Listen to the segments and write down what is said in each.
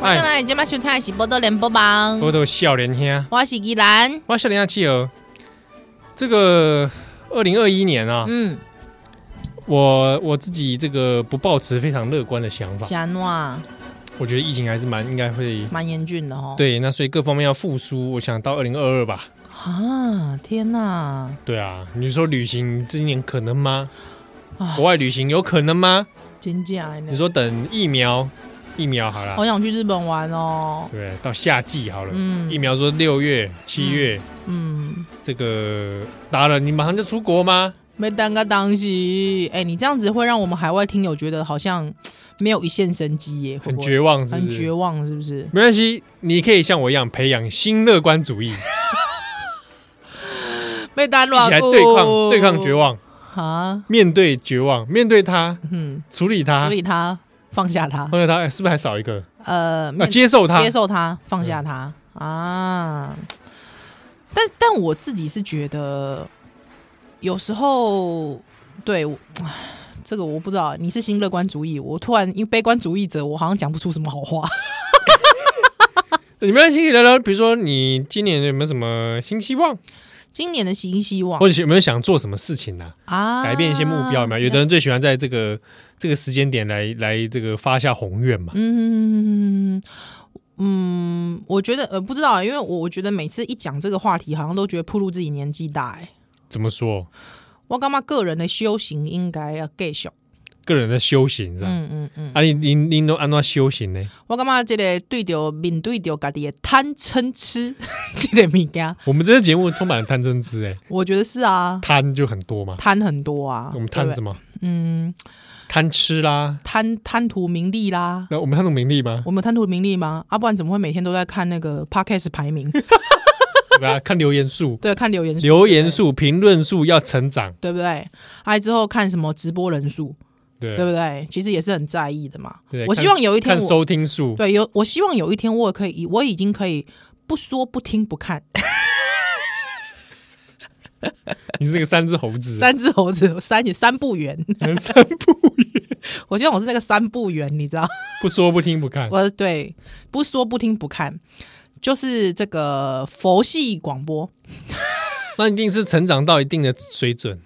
哎，当然，即摆收听的是波多连播帮，我都笑脸兄，我是依兰，哇，笑脸兄企鹅。这个二零二一年啊，嗯，我我自己这个不抱持非常乐观的想法，是安怎我觉得疫情还是蛮应该会蛮严峻的哦。对，那所以各方面要复苏，我想到二零二二吧。啊，天哪！对啊，你说旅行今年可能吗？国外旅行有可能吗？真假的呢你？说等疫苗，疫苗好好了，想去日本玩哦。对，到夏季好了，嗯疫苗说六月、七月，嗯，这个打了你马上就出国吗？没当个当时，哎，你这样子会让我们海外听友觉得好像没有一线生机耶，会很不会绝望是很不绝是？望，是不是？没关系，你可以像我一样培养新乐观主 义，一被打乱起来对抗对抗绝望，啊！面对绝望，面对它，嗯，处理它处，理他，放下他，面对它，哎是不是还少一个？呃，啊，面接受它接，受他，放下他、啊。但但我自己是觉得，有时候对我。唉这个我不知道，你是新乐观主义，我突然因为悲观主义者，我好像讲不出什么好话。你们可以聊聊，比如说你今年有没有什么新希望，今年的新希望或者有没有想做什么事情呢、啊，改变一些目标有没有？有的人最喜欢在这个这个时间点来来这个发下宏愿嘛。嗯嗯，我觉得呃不知道，因为我我觉得每次一讲这个话题，好像都觉得暴露自己年纪大、欸。怎么说？我感觉个人的修行应该要继续。个人的修行是吧？嗯嗯嗯，啊，你你你都按照修行呢？我感觉这个对着面对着家己的贪嗔痴 这个物件，我们这个节目充满了贪嗔痴，哎，我觉得是啊，贪就很多嘛。贪很多啊，我们贪什么？么？嗯，贪吃啦。贪贪图名利啦。那我们贪图名利 吗？我们有贪图名利吗？啊，不然怎么会每天都在看那个 podcast 排名？ 对吧？看留言数，对，看留言数，留言数、评论数要成长，对不对？还之后看什么直播人数，对对不对？其实也是很在意的嘛。对我看希望有一天看我收听数，对有，我希望有一天我可以，我已经可以不说不听不看，你是个三只猴子， 三只猴子三三不圆， 三不我希望我是那个三不圆，你知道？ 不说不听不看，我对不说不听不看，就是这个佛系广播。那一定是成长到一定的水准。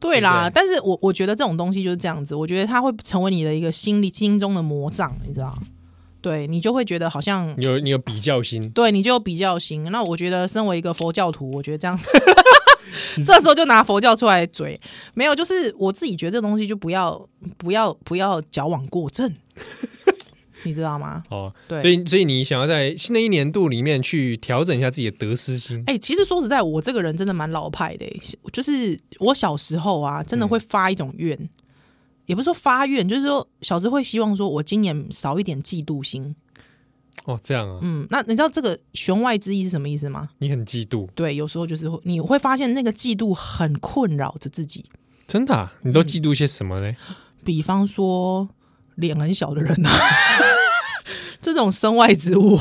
对啦，对但是我我觉得这种东西就是这样子，我觉得它会成为你的一个心里心中的魔障，你知道？对你就会觉得好像你有你有比较心，对你就有比较心。那我觉得身为一个佛教徒，我觉得这样，这时候就拿佛教出来嘴，没有，就是我自己觉得这东西就不要不要不要矫枉过正， 你知道吗？哦，对所以所以你想要在新的一年度里面去调整一下自己的得失心，哎、其实说实在，我这个人真的蛮老派的、欸就是我小时候啊，真的会发一种怨，也不是说发怨，就是说小时候会希望说我今年少一点嫉妒心。哦，这样啊，嗯，那你知道这个弦外之意是什么意思吗？你很嫉妒，对，有时候就是会你会发现那个嫉妒很困扰着自己。真的啊、你都嫉妒些什么嗯呢？比方说脸很小的人啊， 这种身外之物，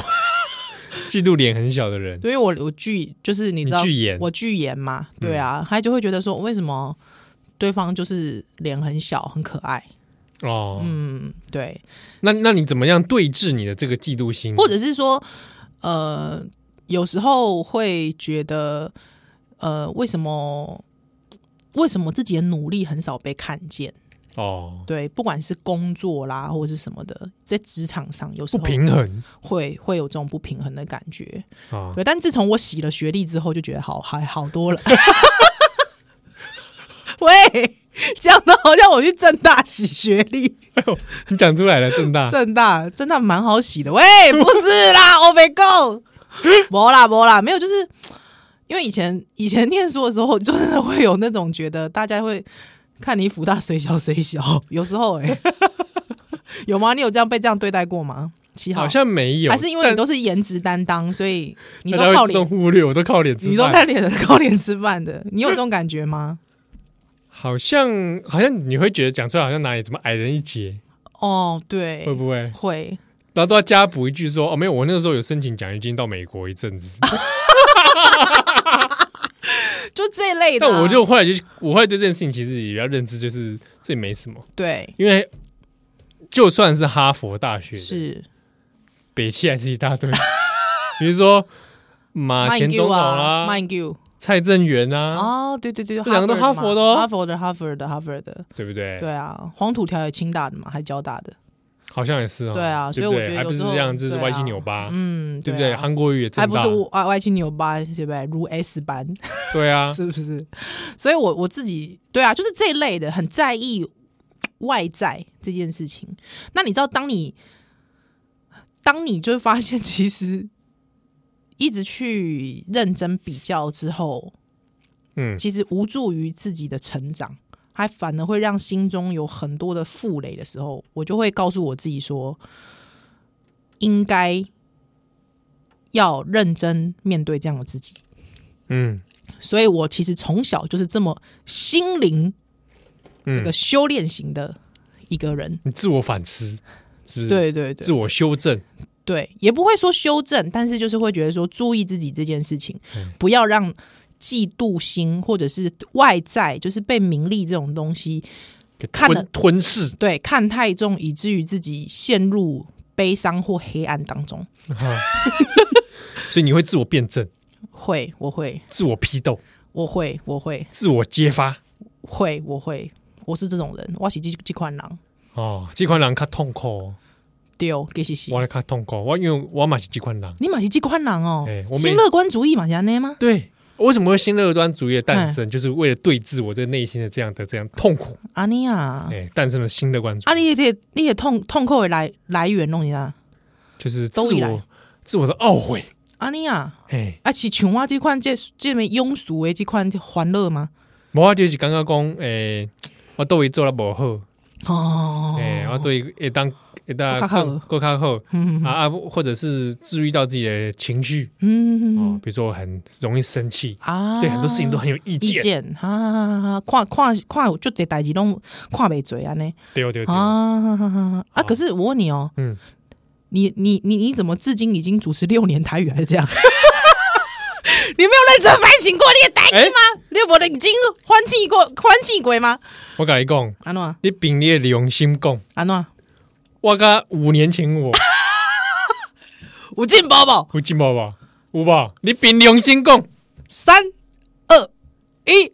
嫉妒脸很小的人，因为我我拒就是你知道你拒嗯演我拒演嘛，对啊，他就会觉得说为什么对方就是脸很小很可爱，哦，嗯，对，那那你怎么样对峙你的这个嫉妒心？或者是说呃，有时候会觉得呃，为什么为什么自己的努力很少被看见？哦，对，不管是工作啦或者是什么的，在职场上有时不候平衡会会有这种不平衡的感觉。啊，对，但自从我洗了学历之后，就觉得好还好多了。 喂，讲的好像我去正大洗学历， 你讲出来了，正 大正大正大蛮好洗的。 喂，不是啦，我没够， 没啦没啦，没有，就是因为以前以前念书的时候，就真的会有那种觉得大家会看你福大谁小谁小， 有时候哎、 有吗？你有这样被这样对待过吗？七号好像没有，还是因为你但都是颜值担当，所以你都大家靠会自动脸，忽略，我都靠脸吃你都饭靠脸 靠脸吃饭的，你有这种感 觉吗？好像好像你会觉得讲出来好像哪里怎么矮人一截，哦，会对，不会？会，然后都要加补一句说哦，没有，我那个时候有申请奖学金到美国一阵 子，啊就这一类的但啊、我就后来就我后来对这件事情其实也比较认知，就是这也没什么，对因为就算是哈佛大学的是北汽还是一 大堆，比如说马前总统啊啦、 ，Mind you 蔡正元啊，哦，对对对，这两个都哈佛的哦哈佛的，哈佛的，哈佛的，对不对？对啊，黄土条也清大的嘛，还交大的，好像也是哦。对啊所以对不我觉对？得还不有是时候这样，这是对啊歪七扭八，嗯，对不啊对？韩国语也正还不大是，歪歪七扭八，对不对？如 S 般，对啊，是不是？所以我我自己对啊，就是这一类的，很在意外在这件事情。那你知道，当你当你就会发现，其实一直去认真比较之后，嗯，其实无助于自己的成长，还反而会让心中有很多的负累的时候，我就会告诉我自己说，应该要认真面对这样的自己。嗯，所以我其实从小就是这么心灵嗯这个修炼型的一个人。你自我反思是不是？，对对自对我修正，对，也不会说修正，但是就是会觉得说注意自己这件事情，嗯不要让嫉妒心或者是外在就是被名利这种东西给看了吞吞噬，对看太重，以至于自己陷入悲伤或黑暗当中。 所以你会自我辩证、会，我会，自我批斗、我会，我会，自我揭发。会，我会，我是这种人，我是这这款人，哦，这款人较痛苦哦，丢给西西。我来较痛苦，我因为我嘛是这款人。你嘛是这款人哦哎我，每新乐观主义嘛是安尼吗？对，为什么会新乐端主义的诞嗯生，就是为了对峙我对内心的这样的这样痛苦，安尼啊，哎，诞生了新乐观主啊义，你也得你也痛痛苦的来来源弄一下，就是自都以我来自我的懊悔，安尼啊，哎，啊是像我这款这这么庸俗的这款欢乐吗？我就是刚刚讲，哎，我对伊做了不好，哦，哎，我对伊会当哎会当更较好更较好嗯啊啊，或者是治愈到自己的情绪，哦嗯，比如说我很容易生气，啊，对很多事情都很有意意见，见啊，看看看有就这代志拢看袂做安尼对对对，啊啊！可是我问你哦，嗯，你你你你怎么至今已经主持六年台语还是这样？你没有认真反省过你的台语吗？你有没有认真欢庆过欢庆过吗？我跟你讲，安诺你凭你的良心讲，安诺，我跟五年前我。有进宝宝有进步吧？有吧？你凭良心讲，三二一，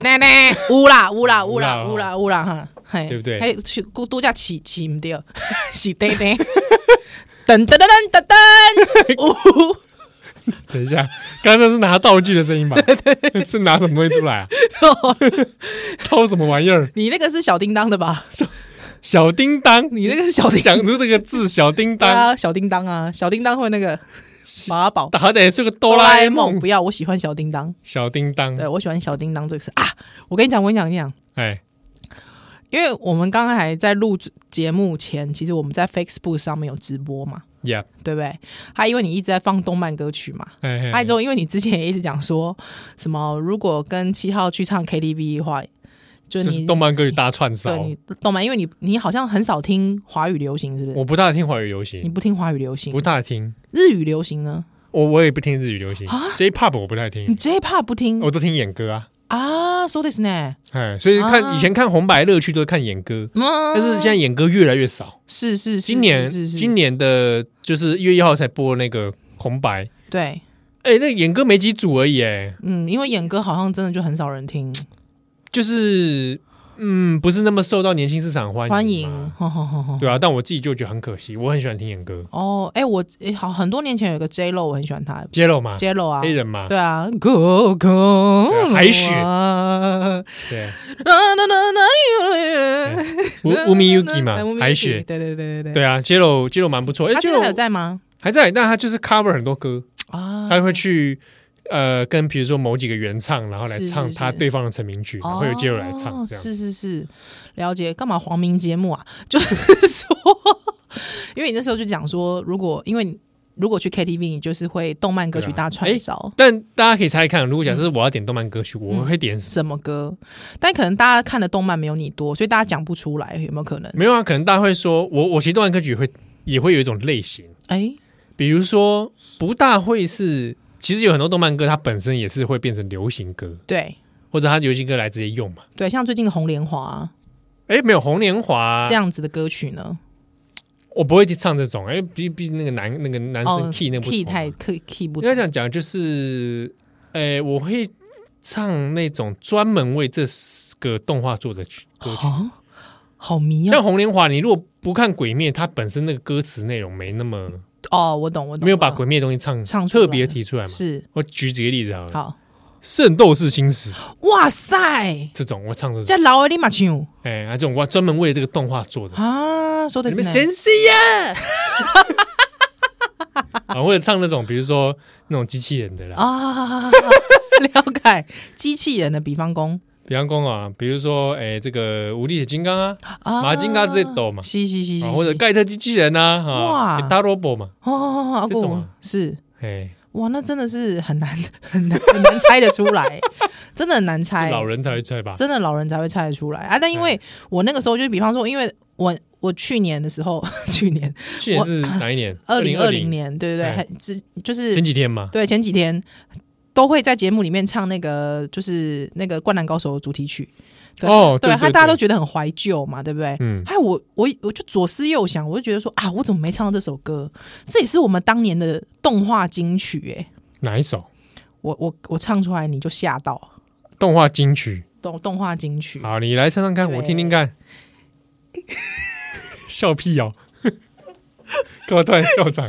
奶奶有啦有啦有啦有有啦啦有啦哈，嘿对不对嘿，去过度假起起唔掉，是对对。噔噔噔噔噔噔，等一下，刚才是拿道具的声音 吧？是拿什么东西出来啊？呜！掏什么玩意儿？你那个是小叮当的吧？小叮当，你那个是小叮讲出这个字，小叮 对当，啊，小叮当啊，小叮当会 那个马宝好歹是个哆啦 A 梦嗯不。要，我喜欢小叮当，小叮当对，我喜欢小叮当这个事啊。我跟你讲，我跟你讲，我跟你讲，哎，因为我们刚才在录节目前，其实我们在 Facebook 上面有直播嘛，呀，对不对？还因为你一直在放动漫歌曲嘛，哎还哎有之后因为你之前也一直讲说什么，如果跟七号去唱 KTV 的话，就就你是动漫歌与大串烧对。你动漫，因为你你好像很少听华语流行，是不是？我不大听华语流你行，不听华语流行不，大听，日语流行呢？我我也不听日语流行啊，J-pop 我不太你听， J-pop 不听我都听演歌啊。啊？So this 呢？哎，所以看啊以前看红白乐趣都是看演歌，嗯，但是现在演歌越来越少。是是是，今年是是是今年的就是一月一号才播那个红白，对，哎、那演歌没几组而已，哎，嗯，因为演歌好像真的就很少人听就是嗯，不是那么受到年轻市场欢迎。欢迎，，吼吼吼吼对啊，但我自己就觉得很可惜，我很喜欢听演歌，哦，哎、我、哎好很多年前有个 J Lo，我很喜欢他揭露嘛， ，J Lo 啊，黑人嘛，对啊，Go Go，对啊海雪啦对，啦啦啦乌乌米 Yuki 嘛对乌米，海 Yuki，雪，对对对对对。对啊，揭露揭露蛮不错，哎、他揭现在还有露在吗？还在，但他就是 cover 很多歌，啊，他会去。呃，跟比如说某几个原唱，然后来是是唱他是对方的成名曲，然后会有揭露来唱，哦这样是是是，了解。干嘛黄明节目啊？就是说，因为你那时候就讲说，如果因为你如果去 KTV，你就是会动漫歌曲对啊大哎串烧。但大家可以猜猜看，如果假设我要点动漫歌曲，嗯我会点什么？什么歌？但可能大家看的动漫没有你多，所以大家讲不出来，有没有可能？没有啊，可能大家会说，我我其实动漫歌曲也会也会有一种类型，哎，比如说不大会是，其实有很多动漫歌它本身也是会变成流行歌，对或者它流行歌来直接用嘛。啊对，像最近的《红莲华、哎，没有红莲华这样子的歌曲呢，我不会去唱这种，因为毕毕竟那个男那个啊男生哦 key 那个不 key 同太 key key 应不同该这样讲，就是，诶、我会唱那种专门为这个动画做的曲歌曲，啊，好迷像《啊！红莲华》，你如果不看《鬼灭》，它本身那个歌词内容没那么哦，我懂，我懂，没有把《我懂鬼灭》的东西唱唱出来特别提出来嘛。是我举几个例子好了，好，圣斗士星矢》哇塞，这种我唱这种，这老的立马唱哎、啊这种我专门为了这个动画做的。啊，说的你是们哪神仙呀！ 啊，或者唱那种，比如说那种机器人的啦，啊？了解，机器人的比方功比方说啊，比如说哎、这个无力铁金刚啊，啊，马金刚这斗嘛，是是是是，啊，或者盖特机器人呐，啊，哇欸大萝卜嘛，哦哦哦，这种哦啊是哎，哇，那真的是很难 很难很难猜得出来，真的很难猜，老人才嗯会猜吧？真的老人才会猜得出来啊。但因为我那个时候就是，比方说，因为我我去年的时候， 去年去年是哪一年？二零二零2020，年，对不对？哎还之就是前几天嘛，对，前几天都会在节目里面唱那个，就是那个《灌篮高手》的主题曲。对啊哦，对，他对大家都对觉得很怀旧嘛，对不对？嗯，哎，我我我就左思右想，我就觉得说啊，我怎么没唱到这首歌？这也是我们当年的动画金曲哎、哪一首我我我唱出来你就吓到，动画金曲？动动画金曲，好，你来唱唱看，对我听听 看。笑屁哦！ 给我突然笑场，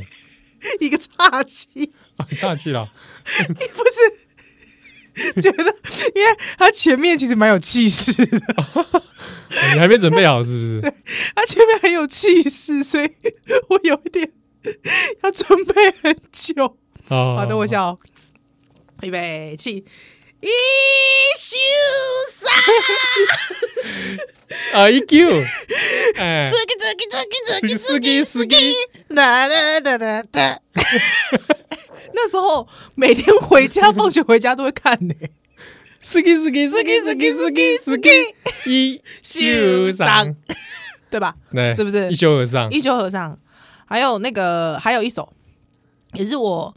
一个岔气，啊，岔气 了。觉得因为他前面其实蛮有气 势的，哦你还没准备好是不 是？他前面很有气势，所以 我有一点 要准备很久。哦，好，等我一下哦。预备起，一休三，啊一 Q，哎，这个这个这个这这个个这司个，机司机，哒哒哒哒哒。那时候每天回家放学回家都会看呢、 司机司机司机司机司机司机， 一休三，对吧？对，是不是一休而上？一休和尚，还有那个还有一首，也是我。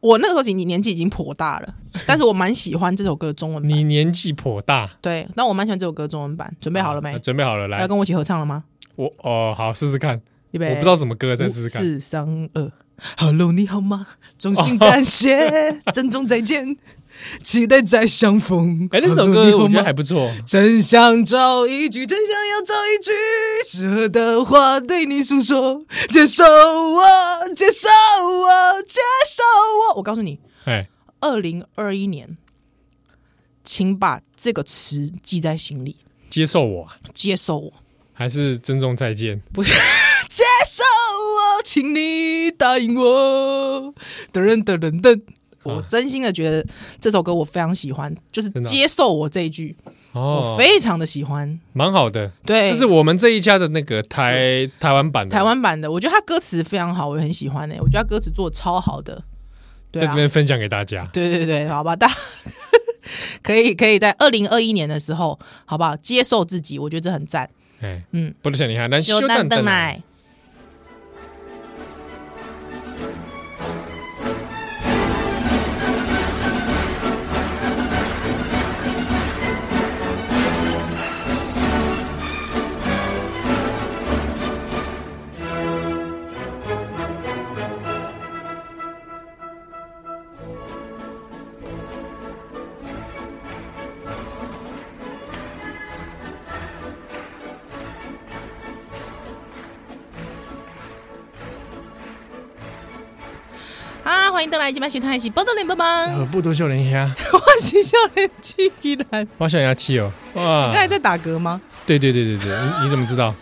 我那个时候其实你年纪已经颇大 了，但是我蛮喜欢这首歌的中文你版。年纪颇大，对，那我蛮喜欢这首歌的中文版。准备好了没啊？准备好了，要来，跟我一起合唱了吗？我哦，好，试试看。预备，我不知道什么歌，再五试试看。四三二，Hello，你好吗？衷心感谢，哦珍重再见，期待再相逢。哎，那首 Hello，你歌好吗我觉得还不错。真想找一句，真想要找一句适合的话对你诉说，接受我，接受我，接受我。我告诉你，哎，二零二一年，请把这个词记在心里，接受我啊接受我。还是珍重再见？接受我，请你答应我。噔噔噔噔啊噔，我真心的觉得这首歌我非常喜欢，就是真的啊接受我这一句，我哦，非常的喜欢。蛮好的。对，这是我们这一家的那个台台湾版的，台湾版的，我觉得它歌词非常好，我也很喜欢欸诶、我觉得它歌词做的超好的。对在啊这，边分享给大家。对对对，好吧，大家 可以可以在二零二一年的时候，好不好？接受自己，我觉得这很赞。哎，嗯嗯，不能想你看，但修修蛋啊蛋奶，来，啊，欢迎登来，今晚喜欢是波多连波邦， 呃，不多秀人虾，我是笑脸机器人。我想要气哦。哇刚，才在打嗝吗？ 对对对对对，你你怎么知道？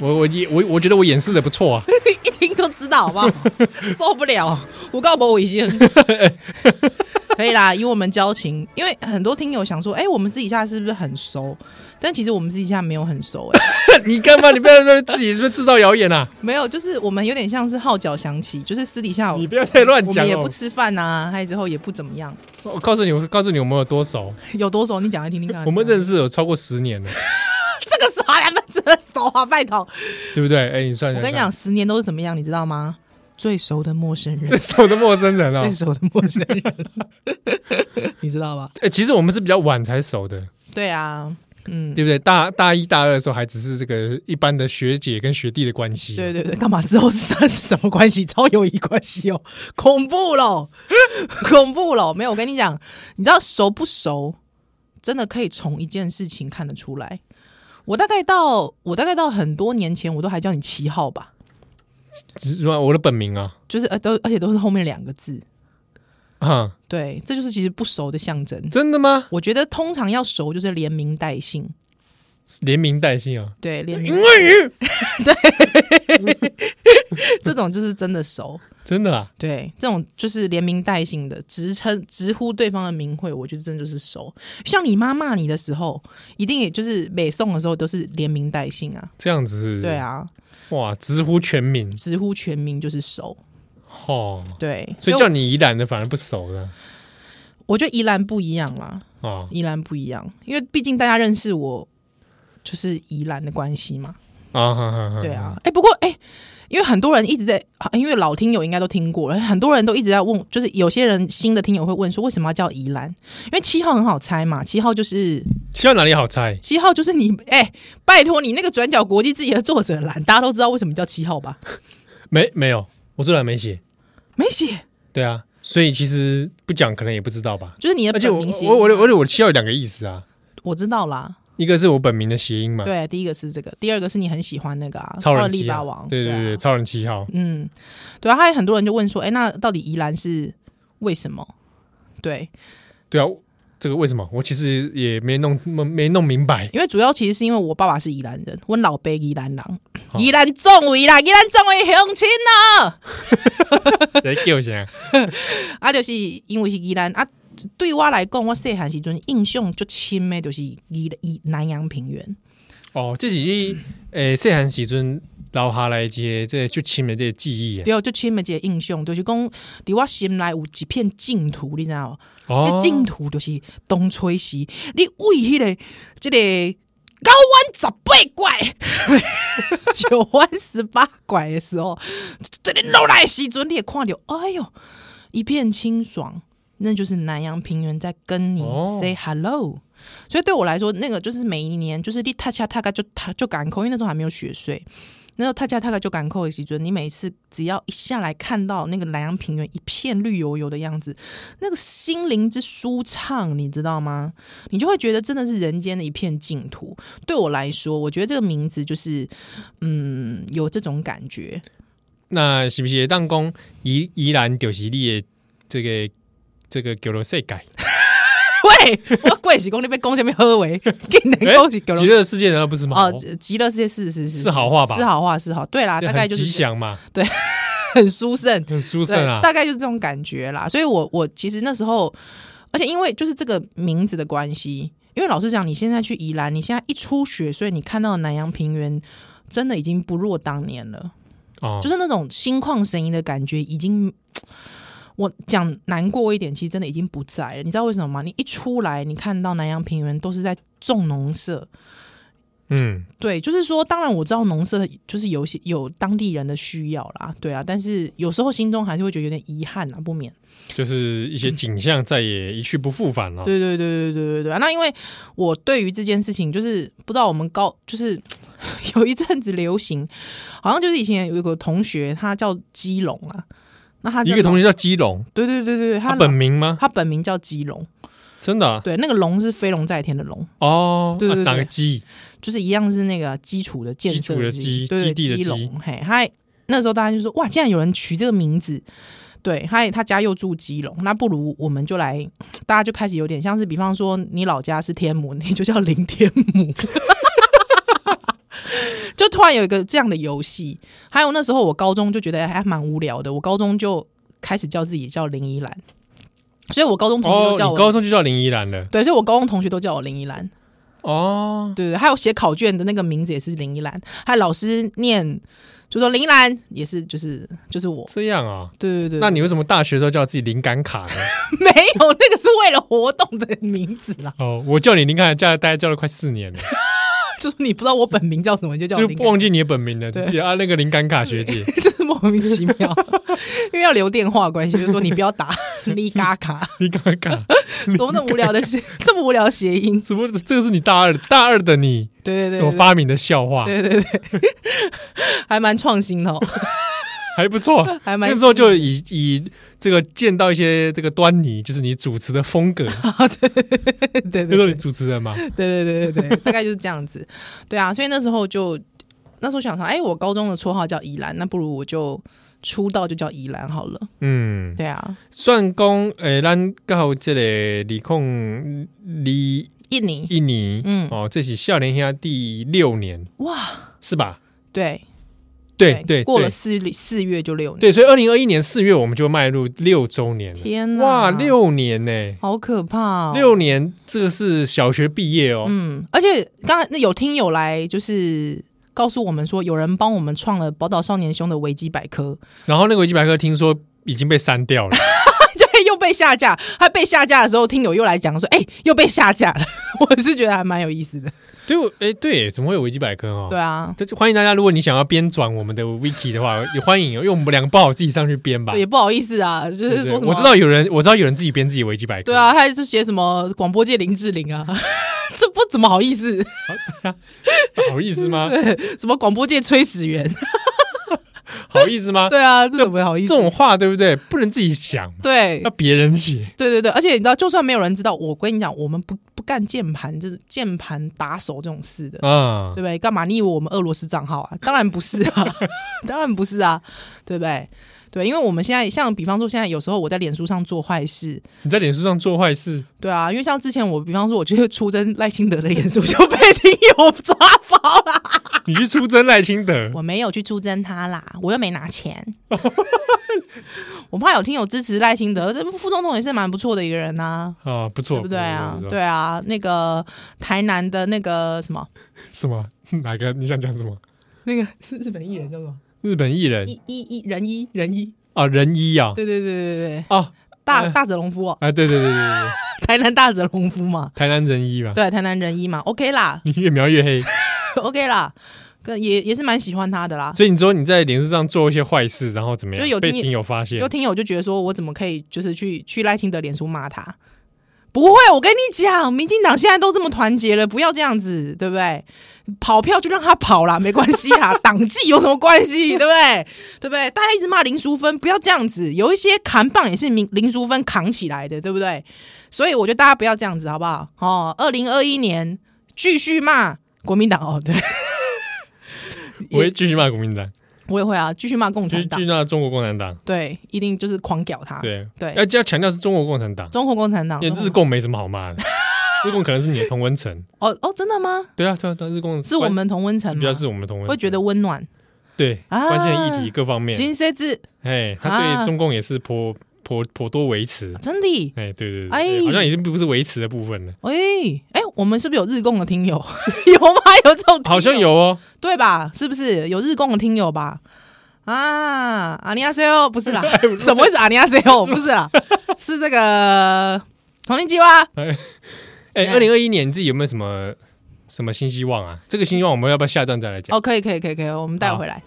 我我演我我觉得我演示的不错啊。一听就知道，好不好？ 受不了，我告博我已经 可以啦，以我们交情，因为很多听友想说，哎、我们私底下是不是很熟？但其实我们私底下没有很熟、哎， 你干嘛？你不要不要自己是不是制造谣言啊？没有，就是我们有点像是号角响起，就是私底下我你不要再乱我讲们也哦不！吃饭呐、啊，还有之后也不怎么样，我告诉你，我告诉你，我们有多熟？有多熟你讲来听听看。我们认识有超过十年了，这个啥两分之二熟啊，拜托！对不对？哎，你算一我下，跟你讲，，十年都是什么样，你知道吗？最熟的陌生人最，熟的陌生人哦最。熟的陌生人，你知道吧？ 哎，其实我们是比较晚才熟的，对啊，嗯，对不对？大大一大二的时候还只是这个一般的学姐跟学弟的关系，对对对，干嘛之后是什么关系？超友谊关系哦，恐怖咯， 恐怖咯！没有，我跟你讲，你知道熟不熟，真的可以从一件事情看得出来。我大概到我大概到很多年前，我都还叫你七号吧，是吧？我的本名啊，就是呃都而且都是后面两个字，啊，对，这就是其实不熟的象征。真的吗？我觉得通常要熟就是连名带姓，连名带姓啊，对，连林 名蔚宇，这种就是真的熟，真的啊，对，这种就是连名带姓的直称直呼对方的名讳，我觉得真的就是熟。像你妈骂你的时候，一定也就是北宋的时候都是连名带姓啊，这样子是，对，啊，哇，直呼全名，直呼全名就是熟。哦，对，所以我叫你宜兰的反而不熟了我觉得宜兰不一样啦，啊宜兰不一样，因为毕竟大家认识我就是宜兰的关系嘛。啊，哈哈哈对，啊，哎、不过哎、因为很多人一直在，啊因为老听友应该都听过了，很多人都一直在问，就是有些人新的听友会问说，为什么要叫宜兰？因为七号很好猜嘛，七号就是希望哪里好猜？七号就是你，哎、拜托你那个转角国际自己的作者栏，大家都知道为什么叫七号吧？没没有，我这栏没写，没写，对啊，所以其实不讲可能也不知道吧。就是你的而且本我名啊写，我我的我的我的七号有两个意思啊，我知道啦。一个是我本名的谐音嘛，对，第一个是这个，第二个是你很喜欢那个啊，超人人力七霸号王，对对啊对，超人七号，嗯，对啊，还有很多人就问说，哎、那到底宜兰是为什么？对，对啊，这个为什么我其实也没弄没没弄明 白因为主要其实是因为我爸爸是宜兰人，我老伯宜兰人，哦宜兰总为啦，宜兰总为乡亲啦，谁叫啥？啊，就是因为是宜兰啊。对我来讲，我细汉时阵印象最深的就是宜宜南洋平原。哦，这是你诶，细汉时阵留下来这这就深的这个记忆啊。对，最深的一个印象就是讲，伫我心内有一片净土，你知道吗？哦那，净土就是东吹西，你为迄、个即、个九弯十八拐、 九弯十八拐的时候，这里落来的时阵，你也看到，哎呦，一片清爽，那就是南洋平原在跟你哦 say hello。所以对我来说，那个就是每一年，就是你踏恰踏嘎就踏就赶扣，因为那时候还没有雪隧。那时候踏恰踏嘎就赶扣的时阵，你每次只要一下来看到那个南洋平原一片绿油油的样子，那个心灵之舒畅，你知道吗？你就会觉得真的是人间的一片净土。对我来说，我觉得这个名字就是，嗯，有这种感觉。那是不是当讲宜宜兰就是你的这个这个叫做世哎界？ 喂，我贵喜公那边公前面喝为，给你恭喜狗极乐世界难道哎不是吗？哦，极乐世界是是是是好话吧是好话是好，对啦，这大概很就是吉祥嘛，很殊胜，很殊对，胜啊。大概就是这种感觉啦。所以我我其实那时候，而且因为就是这个名字的关系，因为老实讲，你现在去宜兰，你现在一出雪，所以你看到的南洋平原。真的已经不若当年了，哦，就是那种心旷神怡的感觉，已经我讲难过一点，其实真的已经不在了。你知道为什么吗？你一出来，你看到南洋平原都是在种农舍，嗯，对，就是说，当然我知道农舍就是有一些有当地人的需要啦，对啊，但是有时候心中还是会觉得有点遗憾啊，不免。就是一些景象再也一去不复返了。对对对对对对对、啊那因为我对于这件事情，就是不知道我们高，就是有一阵子流行，好像就是以前有一个同学，他叫基隆啊，那他一叫个同学叫基隆，对对对对对，他他老本名吗？他本名叫基隆，真的啊对，那个龙是飞龙在天的龙，哦，对对对啊哪个基？就是一样是那个基础的建设基础的基基对基地的基基隆，嘿，他那时候大家就说哇，竟然有人取这个名字，对，他他家又住基隆，那不如我们就来，大家就开始有点像是，比方说你老家是天母，你就叫林天母。 就突然有一个这样的游戏，还有那时候我高中就觉得还蛮无聊的，我高中就开始叫自己叫林依兰，所以我高中同学哦，都叫你我、高中就叫林依兰了。对，所以我高中同学都叫我林依兰。哦，对对，还有写考卷的那个名字也是林依兰，还有老师念就说林依兰也是，就是就是我，这样啊。对对对，那你为什么大学的时候叫自己灵感卡呢？ 没有那个是为了活动的名字啦， 哦，我叫你灵感卡，大概叫了快四年了，就是你不知道我本名叫什么，你就叫就林依兰，忘记你的本名了，只记得啊那个灵感卡学姐。这莫名其妙， 因为要留电话关系，就是说你不要 打哩嘎嘎， 你刚刚讲多么的无聊的谐， 这么无聊的谐音，什么？这个是你大二大二的你对对对所对发明的笑话，对对对， 还蛮创新的、哦，还不错。还蛮那时候就以以这个见到一些这个端倪，就是你主持的风格。对对那时对候你主持人嘛，对对对对 对，大概就是这样子，对啊，所以那时候就那时候想说，哎，我高中的绰号叫宜兰，那不如我就出道就叫宜兰好了，嗯，对啊，算讲诶，咱到这个李控李印尼，一年，嗯哦，这是少年兄第六年哇，是吧？对对对，过对了四四月就六年，对，所以二零二一年四月我们就迈入六周年了，天哪，哇，六年呢、好可怕、哦，六年，这个是小学毕业哦，嗯，而且刚才那有听友来就是告诉我们说，有人帮我们创了《宝岛少年兄》的维基百科， 然后那个维基百科听说已经被删掉了，对，又被下架。他被下架的时候，听友又来讲说，哎、又被下架了。 我是觉得还蛮有意思的。对，我哎，对，怎么会有维基百科哦？对啊，但是欢迎大家，如果你想要编转我们的 wiki 的话，也欢迎哦，因为我们两个不好自己上去编吧对。也不好意思啊，就对是不对说什么我知道有人，我知道有人自己编自己维基百科。对啊，，他是写什么广播界林志玲啊， 这不怎么好意思， 好意思吗？什么广播界崔 始源，好意思吗？对啊，这怎么好意这思？种话对不对？不能自己想嘛，对要别人写。对对对，而且你知道，就算没有人知道，我跟你讲，我们不不干键盘，就是键盘打手这种事的。啊对，不对？干嘛？你以为我们俄罗斯账号啊？当然不是啊， 当然不是啊，对不对？对，因为我们现在像比方说，现在有时候我在脸书上做坏事，你在脸书上做坏事，对啊，因为像之前我比方说，我就是出征赖清德的脸书就被听友抓包啦，你去出征赖清德，我没有去出征他啦，我又没拿钱， 我怕有听友支持赖清德，这副总统也是蛮不错的一个人呐、啊，不错，对不对啊不？错对啊，那个台南的那个什么，什么？ 哪个？你想讲什么？那个日本艺人叫什么？日本艺人一一一人一人一，啊，仁一啊，对对对对 对。啊大呃大泽隆夫哦，啊，对对对对对，台南大泽隆夫嘛，台南仁一吧，对，台南人一嘛，OK 啦 你越描越黑。 ，OK 啦，跟也也是蛮喜欢他的啦。所以你说你在脸书上做一些坏事，然后怎么样？就有被听听友发现就，听友就觉得说，我怎么可以就是去去赖清德脸书骂他？不会，我跟你讲，民进党现在都这么团结了，不要这样子，对不对？跑票就让他跑啦，没关系 啦，党纪有什么关系，对不对？对不对？大家一直骂林淑芬，不要这样子，有一些扛棒也是林林淑芬扛起来的，对不对？所以我觉得大家不要这样子，好不好？哦，二零二一年继续骂国民党哦，对我会继续骂国民党，我也会啊，继续骂共继续继产党续，骂中国共产党。对，一定就是狂屌他，对，对，啊要要强调是中国共产党，中国共产党，因为日共没什么好骂 的，日共可能是你的同温层。哦哦，真的吗？对啊，对啊，对啊，日共是我们同温层是吗？比较是我们的同温层，会觉得温暖。对啊关键议题各方面，金狮子哎，他啊对中共也是颇颇颇多维持，真的，哎，对对对，哎好像已经不是维持的部分了，哎、哎、我们是不是有日共的听友？ 有吗？有这种听友好像有哦，对吧？是不是有日共的听友吧？啊，阿尼亚塞欧不是 啦，哎怎么会是阿尼亚塞欧？不是啦，是这个同龄计划。哎，二对啊零二一年你自己有没有什么什么新希望啊？这个新希望我们要不要下段再来讲？哦，可以可以可以可以，我们带回来。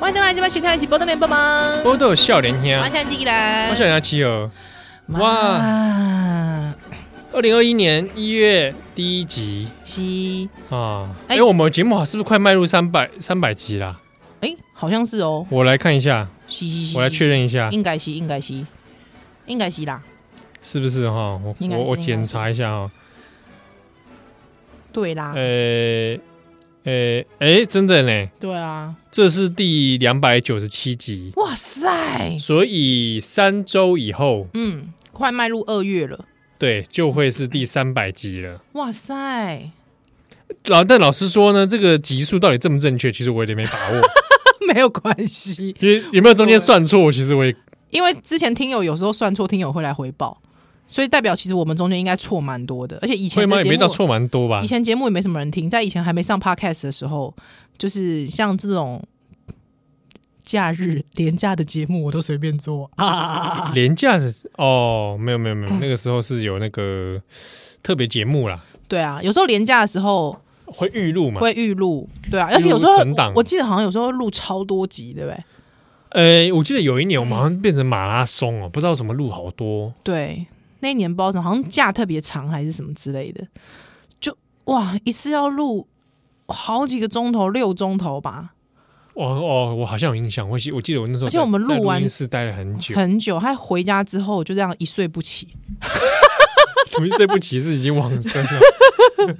欢迎再来这边喜欢一起波多连帮忙，波豆笑脸天我，现在记来我，笑脸七儿，哇，二零二一年一月第一集西，啊，哎哎，我们节目好是不是快迈入三百三百集啦？哎、好像是哦，我来看一下，西西西，我来确认一下，应该是，应该是，应该是啦。是不是哈？我应该我是我应该检查一下哈。对啦，呃呃，哎，真的呢，对啊，这是第两百九十七集，哇塞，所以三周以后，嗯，快迈入二月了，对，就会是第三百集了。哇塞，老但老实说呢，这个集数到底正不正确，其实我有点没把握， 没有关系，因为有没有中间算错，其实我也因为之前听友有时候算错，听友会来回报，所以代表其实我们中间应该错蛮多的。而且以会前吗？的也节没目到，错蛮多吧以。前节目也没什么人听，在以前还没上 podcast 的时候，就是像这种假日廉价的节目，我都随便 做啊。廉价的哦，没有没有没有，那个时候是有那个特别节目啦，对啊，有时候廉价的时候会预录嘛。会预录，对啊，而且有时候预录存档我我记得好像有时候会录超多集，对不对？呃，我记得有一年我们好像变成马拉松哦，不知道什么路好多，对，那一年不知道什么，好像假特别长还是什么之类的，就哇，一次要录好几个钟头，六钟头吧，哦哦，我好像有印象，我记我记得我那时候在，而且我们录在录完音室待了很 久，很久。他回家之后就这样一睡不起，什么对不起是已经往生了，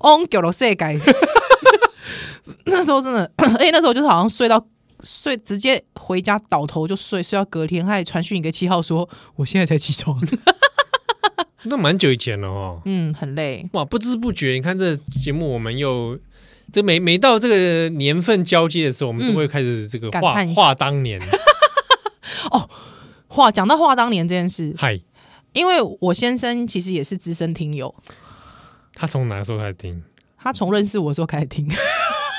on 九哦了世改。那时候真的， 而且那时候就是好像睡到睡，直接回家倒头就睡，睡到隔天，他还传讯一个七号 说：“我现在才起床。那蛮久以前了哦”。嗯，很累。哇，不知不觉，你看这节目，我们又这每每到这个年份交接的时候，我们都会开始这个嗯感话叹一下话当年，话讲到话当年这件事，嗨，因为我先生其实也是资深听友，他从哪时候开始听？他从认识我的时候开始听，嗯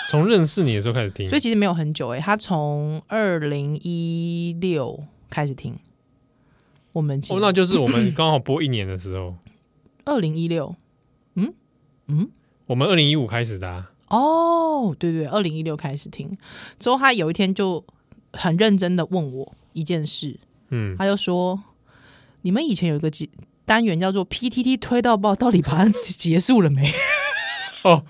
从认识你的时候开始听，所以其实没有很久诶、他从二零一六开始听我们哦，那就是我们刚好播一年的时候，二零一六我们二零一五开始的、啊，哦，对对，二零一六开始听，之后他有一天就很认真的问我一件事，嗯，他就说：“你们以前有一个节单元叫做 PTT 推到爆，到底把它结束了没，哦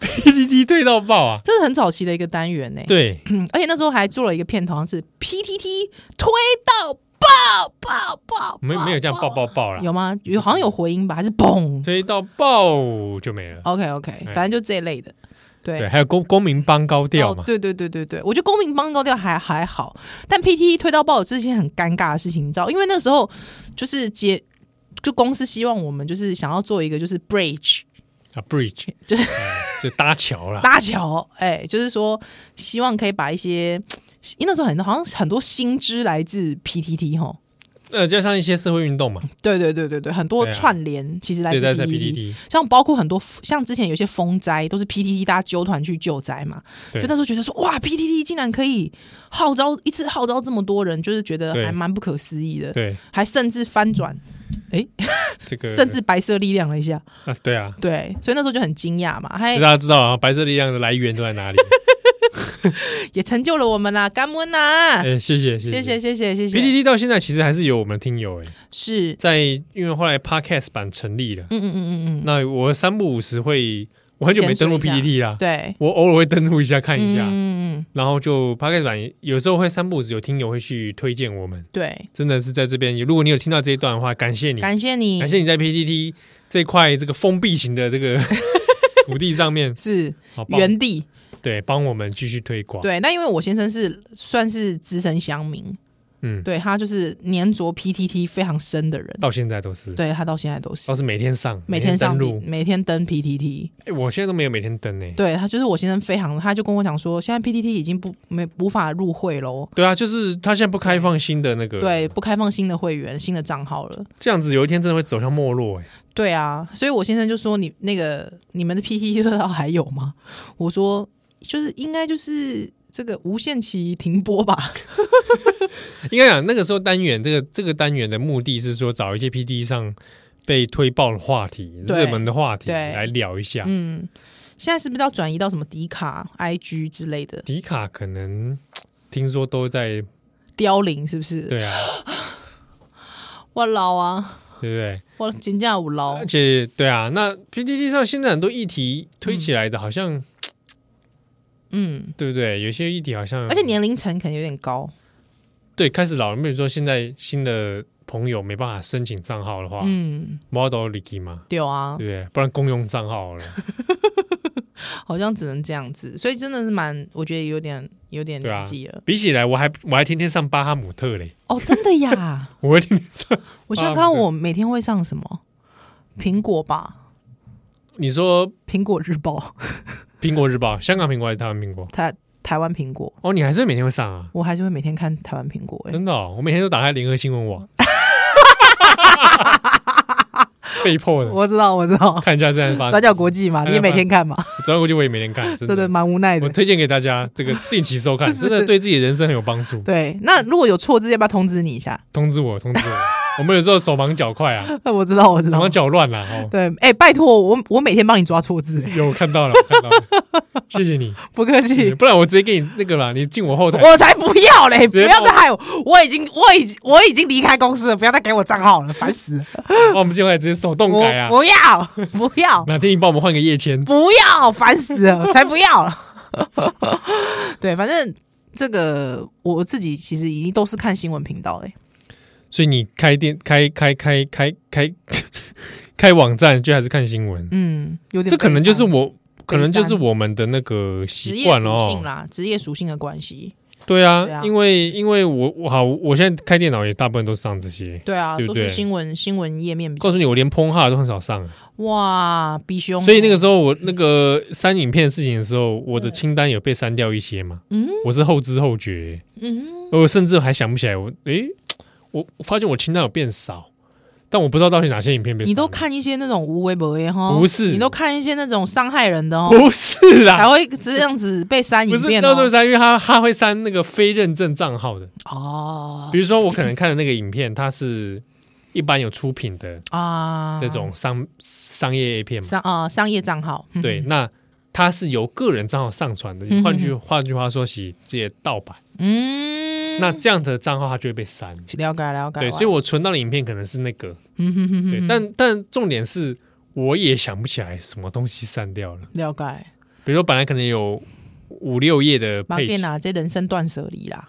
，PPT 对到爆啊？”这是很早期的一个单元呢、对，嗯而且那时候还做了一个片头，好像是 PTT 推到爆爆爆，没没有这样爆爆爆 啦，有吗？有好像有回音吧，还是嘣推到爆就没了， ？OK OK，哎反正就这一类的。哦对对，还有公公民帮高调哦嘛，对对对对对，我觉得公民帮高调还还好，但 PT 推到爆有这些很尴尬的事情，你知道，因为那时候就是接。就公司希望我们就是想要做一个就是 bridge 啊，bridge 就是哎就搭桥啦， 搭桥，哎、就是说希望可以把一些，因为那时候很多好像很多新知来自 PTT 哈，呃，加上一些社会运动嘛，对对对对对，很多对啊串联其实来对，自在在 PTT， PPT，像包括很多像之前有些风灾都是 PTT 大家纠团去救灾嘛，就对那时候觉得说哇 PTT 竟然可以号召一次号召这么多人，就是觉得对还蛮不可思议的，对，还甚至翻转，这个甚至白色力量了一下，啊，对啊，对，所以那时候就很惊讶嘛，还大家知道啊，白色力量的来源都在 哪里？也成就了我们啦，感恩啦，哎，谢谢谢谢谢。谢谢谢谢， PPT 到现在其实还是有我们听友哎，是，在因为后来 Podcast 版成立了，嗯嗯嗯嗯嗯，那我三不五时会，我很久没登录潜水一下 PPT 啦，对，我偶尔会登录一下看一下，嗯嗯嗯，然后就 Podcast 版有时候会三不五时有听友会去推荐我们，对，真的是在这边，如果你有听到这一段的话，感谢你，感谢你感，谢你在 PPT 这块这个封闭型的这个 土地上面，是好帮原地。对帮我们继续推广，对，那因为我先生是算是资深乡民，嗯，对他就是粘着 PTT 非常深的人，到现在都是，对他到现在都是都是哦每天上，每天上登 P- 录，每天登 PTT，哎我现在都没有每天登呢。对他就是我先生非常，他就跟我讲说，现在 PTT 已经不没无法入会喽。对啊，就是他现在不开放新的那个，，对，不开放新的会员、新的账号了。这样子有一天真的会走向没落哎。对啊，所以我先生就说你那个你们的 PTT 热道还有吗？我说就是应该就是这个无限期停播吧。应该讲那个时候单元这个这个单元的目的是说找一些 P D 上被推爆的话题、对热门的话题对来聊一下。嗯，现在是不是要转移到什么迪卡、IG 之类的？迪卡可能听说都在凋零是不是？对啊，我老啊，对不对？我真正有老嗯而，且对啊，那 P D D 上现在很多议题推起来的，好像、嗯，对不对？有些议题好像，而且年龄层可能有点高，对开始老了，比如说现在新的朋友没办法申请账号的话、嗯， m o d e l Licky 嘛，对啊对，不对？不然公用账号了， 好像只能这样子，所以真的是蛮，我觉得有点有点对啊年纪了。比起来我还我还天天上巴哈姆特嘞，哦，真的 呀，我会天天上。我想想看我每天会上什啊么，苹果吧，你说苹果日报，苹果日报，香港苹果还是台湾苹果？它台湾苹果，哦，你还是每天会上啊？我还是会每天看台湾苹果、欸。真的、哦，我每天都打开联合新闻 网，被迫的我知道，我知道，看一下这样发转角国际嘛，哎你也每天看嘛，转角国际我也每天看，真真的的。蛮无奈我的。推荐给大家这个定期收看， 是真的对自己的人生很有帮助。对，那如果有错字，要不要通知你一下？通知我，通知我，我们有时候手忙脚快啊， 我知道，我知手道忙。脚乱啦。哦，对，哎、拜托我，我每天帮你抓错字、欸，有看到了，我看到了， 谢谢你，不客谢谢你气，不然我直接给你那个啦，你进我后台，我才不要嘞！不直接要帮我再害我，我已经，我已经，我已经离开公司了，不要再给我账号了，烦死了！把我们进后台直接手动我改啊。不要，不要，哪天你帮我们换个夜签？不要，烦死了，才不要。 对，反正这个我自己其实已经都是看新闻频道嘞、所以你开店开开开开开 开网站，就还是看新闻，嗯，有点这可能就是悲我，可能就是悲伤我们的那个伤职习业惯了属性哦。啦，职业属性的关系。对啊对，啊因为因为我我好，我现在开电脑也大部分都上这些。对啊，对不都是对新闻新闻页面比较告诉你，我连 p o n h 都很少上，啊哇，比凶。哦所以那个时候我那个删影片的事情的时候，我的清单有被删掉一些嘛。嗯我是后知后觉，嗯，我甚至还想不起来我诶，我我发现我清单有变少，但我不知道到底哪些影片被删了你都看一些那种无微不微哈，不是你都看一些那种伤害人的哦，不是啦才，会这样子被删啊不影是片到时候哦。删，因为他他会删那个非认证账号的，哦比如说我可能看的那个影片，它是一般有出品的啊，这种商商业 A 片嘛，商啊商业账号，嗯对，，那它是由个人账号上传的嗯，换句换句话说，是这些盗版，嗯，哦那这样的账号它就会被删。了解了解。对，所以我存到的影片可能是那个，嗯哼哼哼对，哼，但但重点是，我也想不起来什么东西删掉了。了解，比如说，本来可能有五六页的马啊配变置，啦，这人生断舍离啦，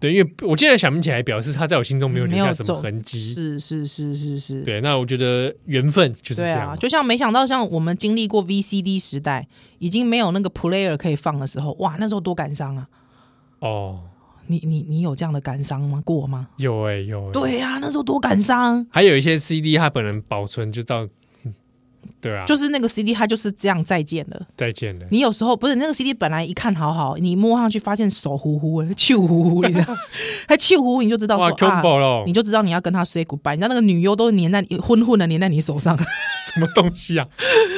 对，因为我竟然想不起来，表示他在我心中没有留嗯没有下什么走痕迹。是是是是是，对，那我觉得缘分就是这对样嘛啊，。就像没想到，像我们经历过 VCD 时代，已经没有那个 player 可以放的时候，哇，那时候多感伤啊！哦，你你你有这样的感伤吗？过吗？有哎、有、欸，，对啊呀、那时候多感伤，还有一些 CD 它本人保存就到，嗯对啊，就是那个 CD 它就是这样再见了。再见了。你有时候不是那个 CD 本来一看好好，你摸上去发现手糊糊的，气糊糊，你知道，还气糊糊，你就知道哇说啊， ，combo 咯你，就知道你要跟他 say goodbye。你知道那个女优都粘在你昏昏的粘在你手上，什么东西 啊？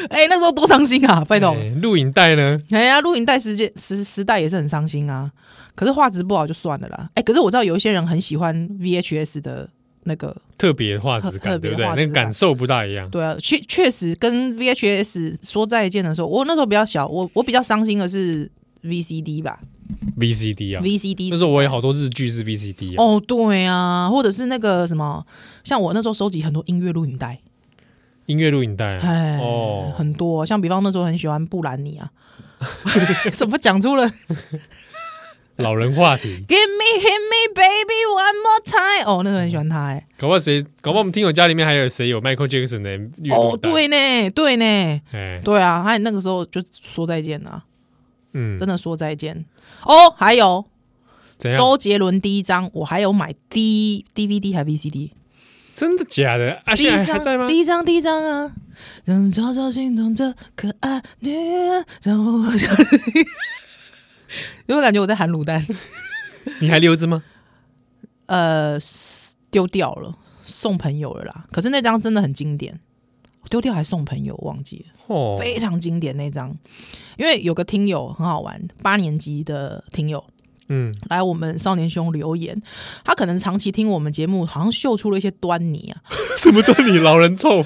哎、那时候多伤心啊，拜托。哎录影带呢？哎呀，录影带时间时时代也是很伤心啊。可是画质不好就算了啦。哎、可是我知道有一些人很喜欢 VHS 的那个，特别画质特感，对别不对？画质那个感感受不大一样。对啊，确确实跟 VHS 说再见的时候，我那时候比较小，我我比较伤心的是 VCD 吧 VCD 啊， ，VCD 那时候我有好多日剧是 VCD 啊。哦，对啊，或者是那个什么，像我那时候收集很多音乐录影带，音乐录影带啊，哎，哦很多，像比方那时候很喜欢布 兰妮啊，怎么讲出了老人话题， Give me, hit me, baby, one more time？哦，那时候很喜欢他哎、搞不好谁，搞不好我们听友家里面还有谁有 Michael Jackson 的乐哦，录带，对呢，对呢，哎，对啊，还有那个时候就说再见啊，嗯，真的说再见。哦，还有怎样？周杰伦第一张，我还有买 D DVD 还 VCD，真的假的？啊，第现在一还在吗张，？第一张，第一张啊，让悄悄心动这可爱女人，让我 相信。有没有感觉我在喊卤蛋？你还留着吗？呃，丢掉了，送朋友了啦。可是那张真的很经典，丢掉还送朋友，忘记了。哦，非常经典那张。因为有个听友很好玩，八年级的听友嗯， 来我们少年兄留言，他可能长期听我们节目，好像嗅出了一些端倪啊。什么都你老人臭，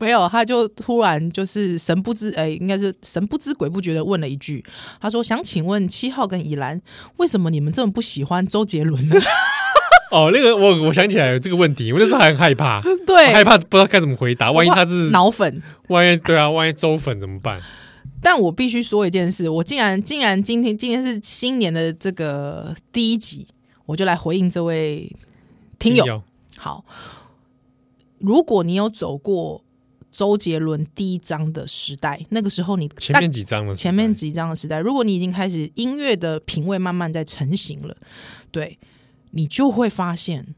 没有，他就突然就是神不知哎、应该是神不知鬼不觉的问了一句，他说：“想请问七号跟以兰，为什么你们这么不喜欢周杰伦呢 哦，那个我我想起来有这个问题，我那时候还很害怕，？”我害对。怕不知道该怎么回答，万一他是，脑粉，万一对啊，万一周粉怎么办？但我必须说一件事，我竟然竟然今天今天是新年的这个第一集，我就来回应这位听友，好，如果你有走过周杰伦第一章的时代，那个时候你前面大几张了，前面几章的时代，如果你已经开始音乐的品味慢慢在成型了，对你就会发现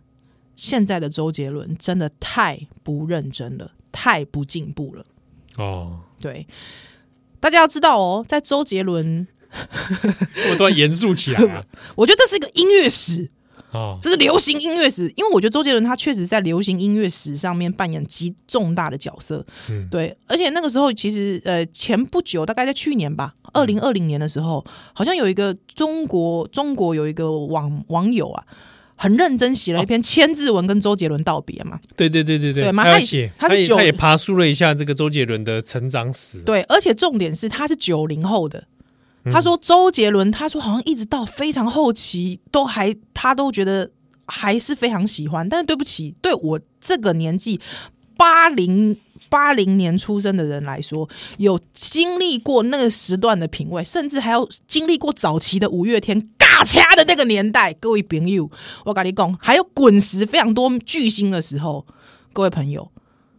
现在的周杰伦真的太不认真了，太不进步了。哦，对，大家要知道哦，在周杰伦，我突然严肃起来 了。我觉得这是一个音乐史，哦，这是流行音乐史，因为我觉得周杰伦他确实在流行音乐史上面扮演极重大的角色。嗯对，而且那个时候其实呃前不久，大概在去年吧，二零二零年的时候，好像有一个中国中国有一个网网友啊。很认真写了一篇千字文跟周杰伦道别嘛，对对对对对嘛他他有也写，他是也九他也爬梳了一下这个周杰伦的成长史。对，而且重点是他是九零后的，他说周杰伦，他说好像一直到非常后期都还他都觉得还是非常喜欢，但是对不起，对我这个年纪八零八零年出生的人来说，有经历过那个时段的品味，甚至还有经历过早期的五月天尬掐的那个年代，各位朋友，我跟你讲，还有滚石非常多巨星的时候，各位朋友。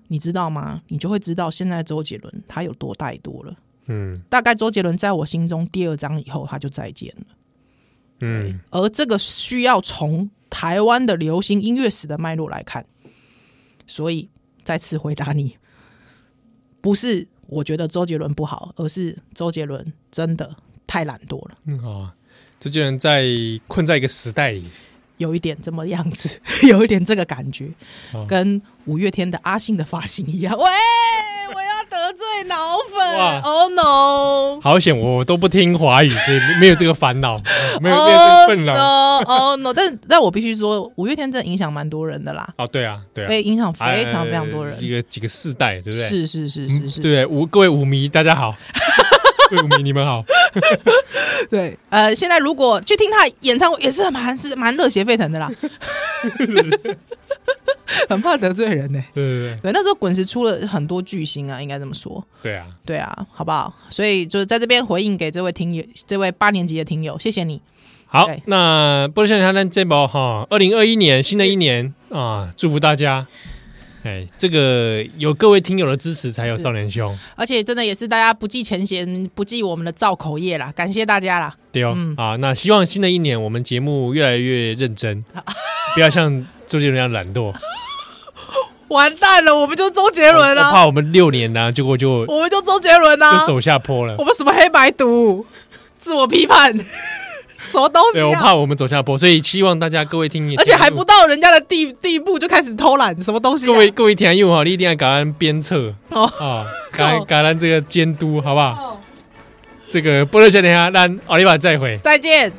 你知道吗？你就会知道现在周杰伦他有多怠惰了。嗯大概周杰伦在我心中第二章以后他就再见了，嗯，而这个需要从台湾的流行音乐史的脉络来看，所以再次回答你，不是我觉得周杰伦不好，而是周杰伦真的太懒惰了，嗯 哦，周杰伦在困在一个时代里。有一点这么样子， 有一点这个感觉，哦跟五月天的阿信的发型一样。喂，我要得罪脑哇粉，Oh no！好险，我都不听华语，所以没有这个烦恼， 没有没有这个哦困扰。 no，哦 no，但但我必须说，五月天真的影响蛮多人的啦，哦，对啊，对啊，非影响非常非常多人呃，一个几个世代，对不对？是是是嗯，是是，对，五各位舞迷大家 好，各位舞迷你们好，对，呃，现在如果去听他演唱会，也是蛮是蛮热血沸腾的 啦，很怕得罪人呢、对对对对，那时候滚石出了很多巨星啊，应该这么说。对啊，对啊，好不好？所以就是在这边回应给这位听友，这位八年级的听友，谢谢你。好对，那波士顿哈丹这波哈，二零二一年新的一年啊，祝福大家。哎，这个有各位听友的支持，才有是少年兄而且真的也是大家不计前嫌，不计我们的造口业啦，感谢大家啦。对哦、嗯啊。那希望新的一年我们节目越来越认真，啊 不要像周杰伦一样懒 惰。完蛋了，我们就周杰伦我我啊！怕我们六年呢、结果就我们就周杰伦就啊，走下坡了我。们什么黑白读，自我批判， 什么东西对，我啊？怕我们走下坡，所以希望大家各位听，而且还不到人家的地地步就开始偷懒，什么东西、啊？各位各位听友哈，你一定要感恩鞭策 哦啊，感恩感恩啊这个监督，好不好？这个波多少年哈，咱奥利瓦再会。再见。